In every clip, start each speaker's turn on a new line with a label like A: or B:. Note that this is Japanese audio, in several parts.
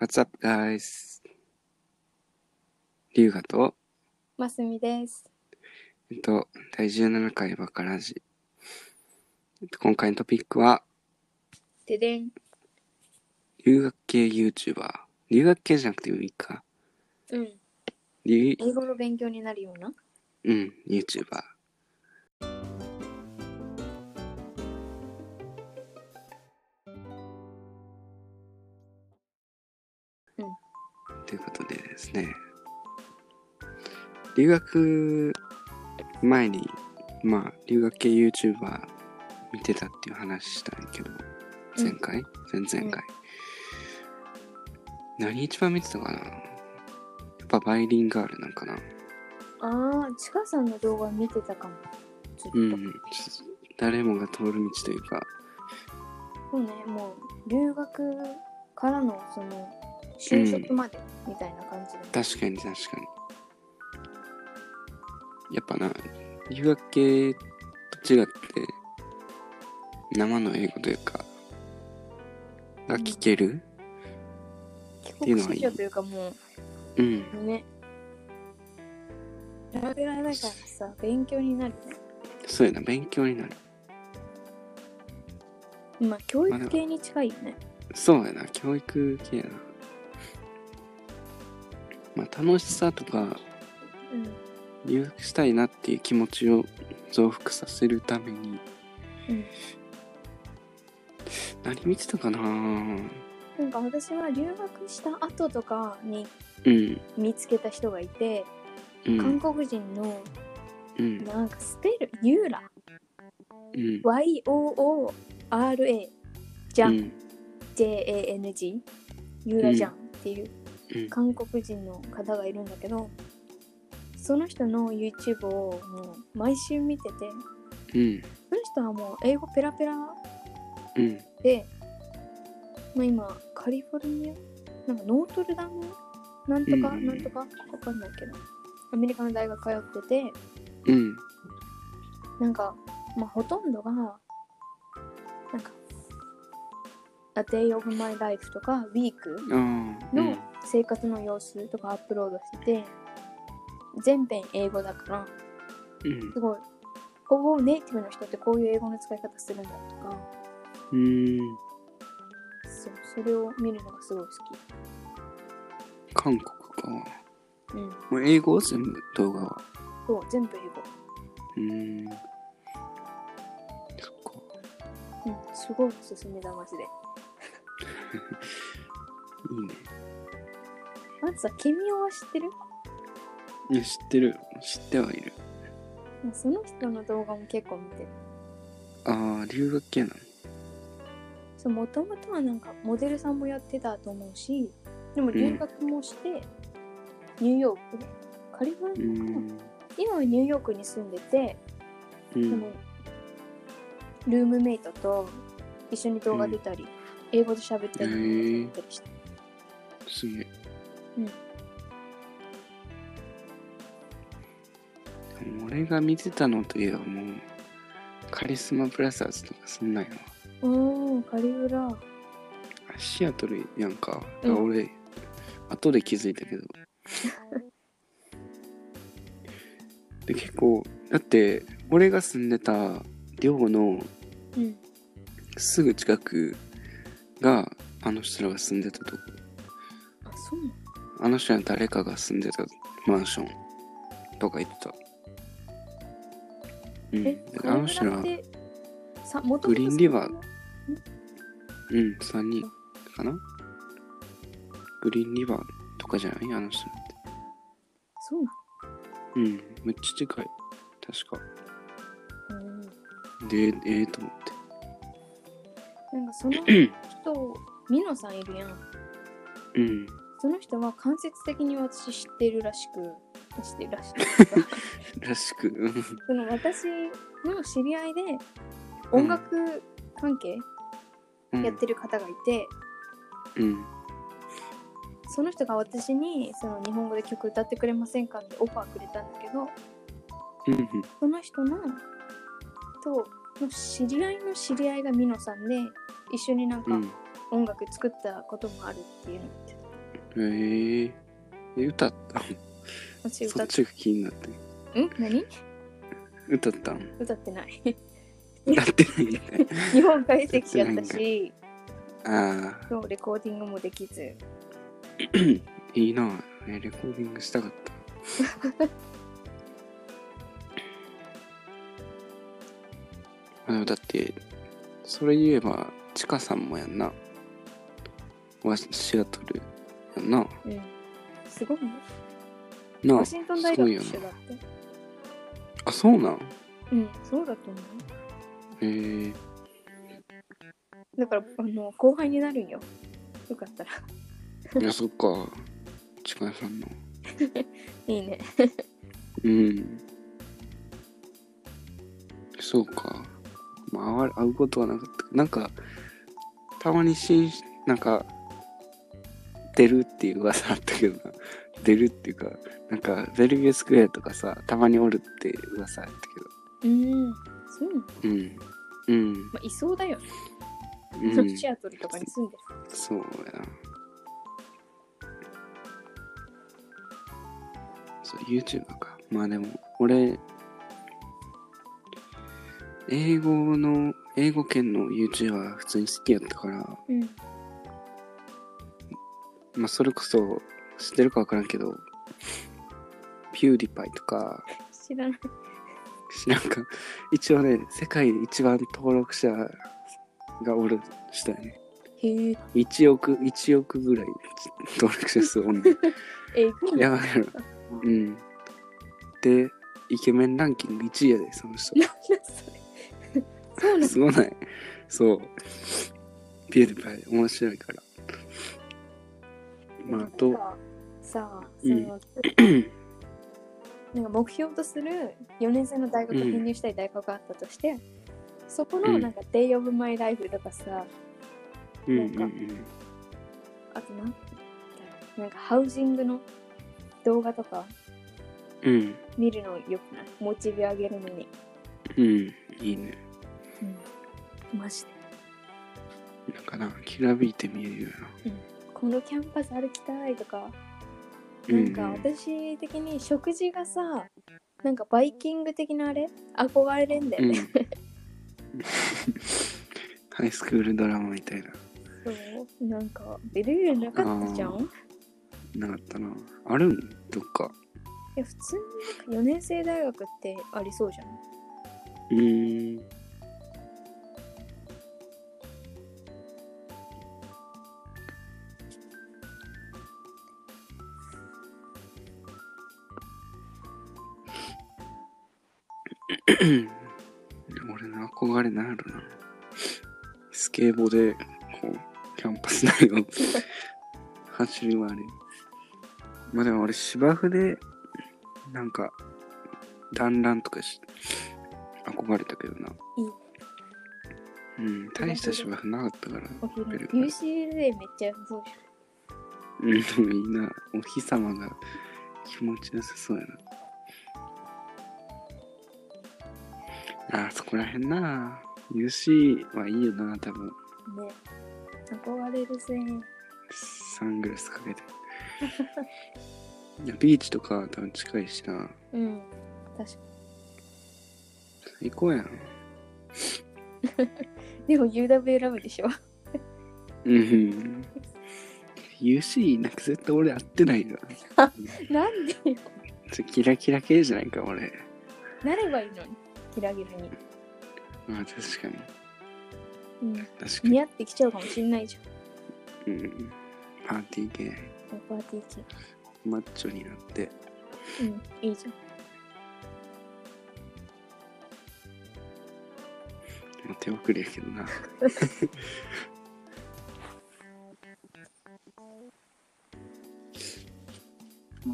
A: What's up, guys? 龍河と、
B: ますみです。
A: えっと、第17回バカラジ。えっと今回のトピックは、
B: ででん。
A: 留学系 YouTuber。留学系じゃなくてもいいか。
B: うん。
A: 留、
B: 英語の勉強になるような。
A: うん、YouTuber。
B: うん
A: ということでですね。留学前に、まあ、留学系 YouTuber 見てたっていう話したんやけど、
B: うん
A: 前回、前々回。何一番見てたかなやっぱバイリンガールなんかな
B: ああ、ちかさんの動画見てたかも。ずっと。
A: うん、誰もが通る道というか、
B: そうね、もう留学からのその就職までみたいな感じで、
A: 確かに確かに。やっぱな、留学系と違って、生の英語というか、が聞ける
B: 帰
A: ていう
B: 国
A: のはいい
B: 子女というかも
A: うん。
B: うね。並べられないからさ、勉強になるね。
A: そうやな、勉強になる。
B: まあ、教
A: まあで
B: 育
A: も
B: 系に近いよね。
A: そうやな、教育系やな。まあ、楽しさとか、
B: うん。
A: 留学したいなっていう気持ちを増幅させるために、
B: うん
A: 何見てたかなうん
B: なんか私は留学した後とかに
A: うん
B: 見つけた人がいて、
A: うん
B: 韓国人の
A: うん
B: なんかスペル、ユーラ
A: うん
B: YOORA じゃ、
A: うんん
B: JANG ユーラじゃんっていう
A: うん
B: 韓国人の方がいるんだけどその人の YouTube をもう毎週見てて
A: うん
B: その人はもう英語ペラペラ
A: うん
B: で、まあ、今カリフォルニアなんかノートルダムなんとか
A: うんうん
B: なんとかわかんないけどアメリカの大学通ってて
A: うん
B: なんか、まあ、ほとんどが、なんか、A Day of My Life とか、Week
A: ああ
B: の生活の様子とかアップロードしてて、全編英語だから、
A: うん
B: すごい、ここネイティブの人ってこういう英語の使い方するんだとか、
A: うんうん
B: そうそれを見るのがすごい
A: 韓国か
B: 好き。うん。
A: もう英語全部動画は
B: そう、全部英語。
A: うんそっか
B: うん、すごいおすすめだ、マジで。
A: いいね
B: まずさ、ケミオは知ってる
A: いや知ってる知ってはいる
B: まあその人の動画も結構見てる。
A: ああ留学系なの
B: そうもともとはなんかモデルさんもやってたと思うしでも留学もして、ニューヨークカリフォ
A: う
B: ルニアかな、
A: ん
B: 今はニューヨークに住んでて、
A: う
B: そ
A: ん
B: のルームメイトと一緒に動画出たり、英語で喋ったり
A: へー
B: たりして、
A: すげえ。うん。俺が見てたのといえばもう、カリスマブラザーズとかそんなんやわ。
B: うんカリブラう
A: シアトルやんか。
B: うん
A: あ俺、後で気づいた けど。で、結構、だって、俺が住んでた寮の
B: ん
A: すぐ近くが、あの人らが住んでたとこ。
B: あそうなの
A: あの人や誰かが住んでたマンションとか言ってた。うん、
B: え
A: だからあ
B: カ
A: の人
B: リブ
A: ら
B: ラっ、てさ元々
A: グリーンリバーうん、3人かなグリーンリバーとかじゃないあの人って。
B: そうな
A: うん、めっちゃ近い。確
B: の、うん、
A: か。で、ええと思って。
B: なんか その人ミノさんいるやん
A: うん。
B: その人は間接的に私知ってるらしく、知ってる らしく、
A: らしく。うん
B: その私の知り合いで音楽関係
A: うん。
B: やってる方がいて、
A: うん。
B: その人が私にその日本語で曲歌ってくれませんかってオファーくれたんだけど、
A: うん。
B: その人のとの知り合いの知り合いがミノさんで、一緒になん
A: う
B: か
A: ん。
B: 音楽作ったこともあるっていうのを言ってた
A: へええ歌ったん
B: 私
A: そ
B: 歌
A: っ
B: っ
A: ちが気になって
B: ん何
A: 歌った ん
B: 歌ってない。
A: 歌ってないみたい
B: 日本帰ってきちゃったし、
A: ああ
B: そうレコーディングもできず。
A: いいなえレコーディングしたかったあでもだってそれ言えばちかさんもやんなわしシアトルやんな
B: うん。すごいね。
A: な
B: ワ
A: あ
B: シントン大学一緒だって。
A: あそうなん
B: うん、そうだと思
A: へえ
B: う。だから、あの、後輩になるんよ。よかったら。
A: いやそっかちかさんの
B: いいね。
A: うん。そうか。まあ、会わ会うことはなかった。なんか、たまに新し、なんか、出るっていう噂あったけどな。 出るっていうか、なんか、ベルゲスクエアとかさ、たまにおるって噂あった
B: うん。そうなのま
A: けど。うん。うん。
B: あ、いそうだよね。
A: うん、
B: シアトルとかに住んでる。
A: そうやな。そう、YouTuber か。まあでも、俺、英語の、英語圏の YouTuber が普通に好きやったから、
B: うん。
A: まあそれこそ、知ってるかわからんけど、ピューリパイとか、
B: 知らない。
A: なんか、一応ね、世界で一番登録者がおる人やね。
B: へえ。
A: 1億、1億ぐらい登録者数おんねん。
B: えぐいね
A: やばいやろ。うん。で、イケメンランキング1位やで、その人。
B: そうなの
A: すごない。そう。ピエールパイ、面白いから。まあ、あと、
B: さあ、そ
A: うん
B: の、なんか目標とする4年生の大学
A: うん
B: 編入したい大学があったとして、そこ
A: う
B: の
A: ん
B: なんか「Day of My Life」とかさ
A: うんう
B: なん
A: んう
B: か
A: ん。
B: あとなんなんかハウジングの動画とか
A: うん。
B: 見るのよくないモチベ上げるのに、
A: うん。いいね。
B: マジで
A: なんかな、きらびいて見えるよな。
B: このキャンパス歩きたいとか
A: う
B: なんか私的に食事がさなんかバイキング的なあれ憧れるんだよ
A: うん
B: ね、。
A: ハイスクールドラマみたいな。
B: そうなんかベルールなかったじゃん
A: なかったな。あるんどっか。
B: いや普通に4年生大学ってありそうじゃん
A: うーん。 俺の憧れなんやろな。スケボーで、こう、キャンパス内を 走り回る。まあでも俺芝生で、なんか、団らんとかし憧れたけどな。
B: いい
A: うん、大した芝生なかったから。
B: お昼
A: ベルール
B: UCLA めっちゃそうじ
A: うん、でもいいな。お日様が気持ちよさそうやな。あー、そこらへんな。UC はいいよな、多分。
B: ゃんね憧れるぜ
A: サングラスかけて。いやビーチとか多分近いしな。
B: うん確か
A: 最高やん。
B: にでも UW 選ぶでしょ
A: うん。UC なんか絶対俺合ってないよ。
B: なんでよ
A: ちょキラキラ系じゃないか、俺。
B: なればいいのにギラギラに、
A: まあ確かに。
B: うん、
A: 確かに。
B: 似合ってきちゃうかもしんないじ
A: うん。パーティー系。
B: ゃんパーティー
A: マッチョになって。
B: 系うんいいじゃん
A: まあ手遅れやけどな。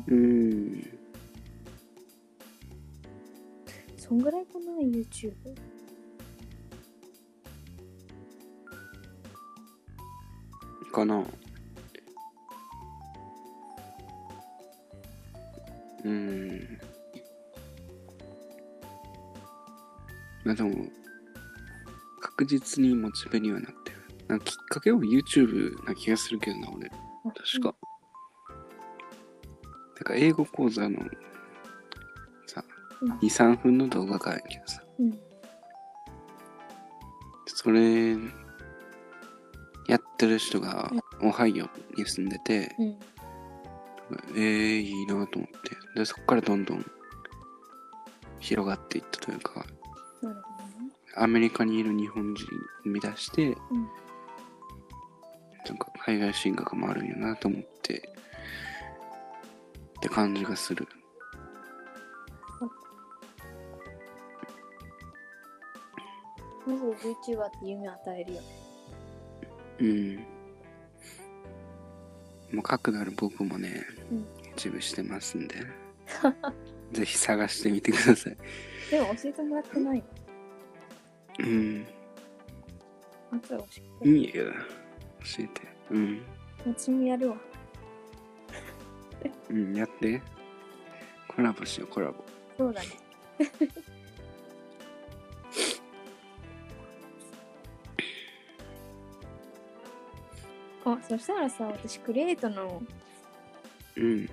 A: うん。
B: そんぐらいかな YouTube
A: かなうんまあでも確実にモチベにはなってるなんかきっかけは YouTube な気がするけどな俺確かか英語講座のさ
B: うん、
A: 23分の動画があるけどさ
B: うん
A: それやってる人がオハイオに住んでて、
B: うん
A: えー、いいなと思ってでそこからどんどん広がっていったというか
B: なるほどね
A: アメリカにいる日本人生み出して、
B: ん
A: なんか海外進学もあるんやなと思ってって感じがする
B: マジで YouTuber って夢与えるよね
A: うんもうかくなる僕もね、
B: うん
A: 一部してますんでぜひ探してみてください
B: でも教えてもらってない
A: う
B: の
A: ん
B: あとは教えて、
A: いいよ教えてうん
B: 私もやるわ
A: うんやってコラボしようコラボ
B: そうだね あそしたらさ私クレートの
A: うん
B: なんていう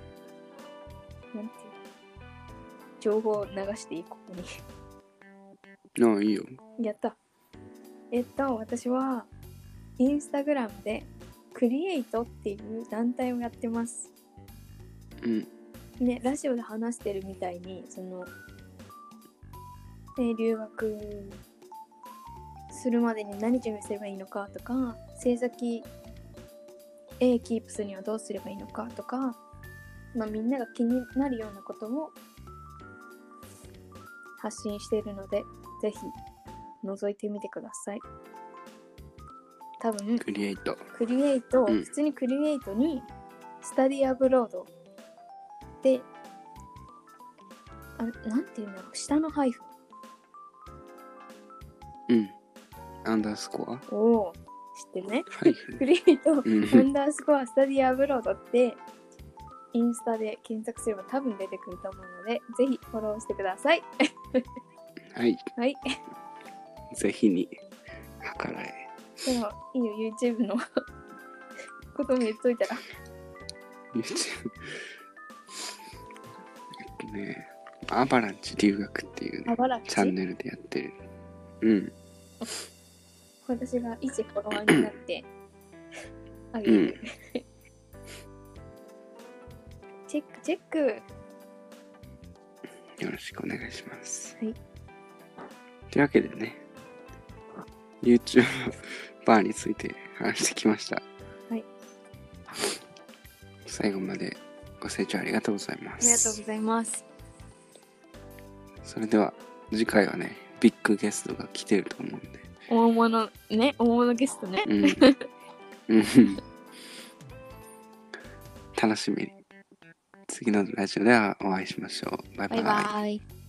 B: 情報を流していいここに
A: ああいいよ
B: やったえっと私はインスタグラムでクリエイトっていう団体をやってます
A: うん
B: ねラジオで話してるみたいにその、ね、留学するまでに何準備すればいいのかとか成績 A キープするにはどうすればいいのかとか、まあ、みんなが気になるようなことを発信しているのでぜひ覗いてみてください多分
A: クリエイト
B: クリエイト、
A: うん
B: 普通にクリエイトにスタディアブロードであなんていうんだろう下のハイフ
A: うんアンダースコア
B: ンを知ってるね
A: はい
B: クリエイト、
A: うん
B: アンダースコアスタディアブロードってインスタで検索すれば多分出てくると思うのでぜひフォローしてください
A: はい
B: はい
A: ぜひに計らえ
B: でもいいよ YouTube のことも言っといたら
A: YouTube えっとねアバランチ留学っていう、
B: あ
A: ね、
B: ばら
A: チャン
B: ち
A: ネルでやってるうん
B: 私が一フォロワーになってあげ
A: う
B: る、
A: ん
B: チェックチェック
A: よろしくお願いします
B: はい
A: というわけでね YouTube バーについて話してきました
B: はい
A: 最後までご清聴ありがとうございま
B: ありがとう
A: す
B: ございます。
A: それでは次回はねビッグゲストが来てると思うんで
B: 大物ね、大物ゲストね。
A: うん うん楽しみに。次のラジオではお会いしましょう。バイバ
B: バ
A: イ。
B: イバイ。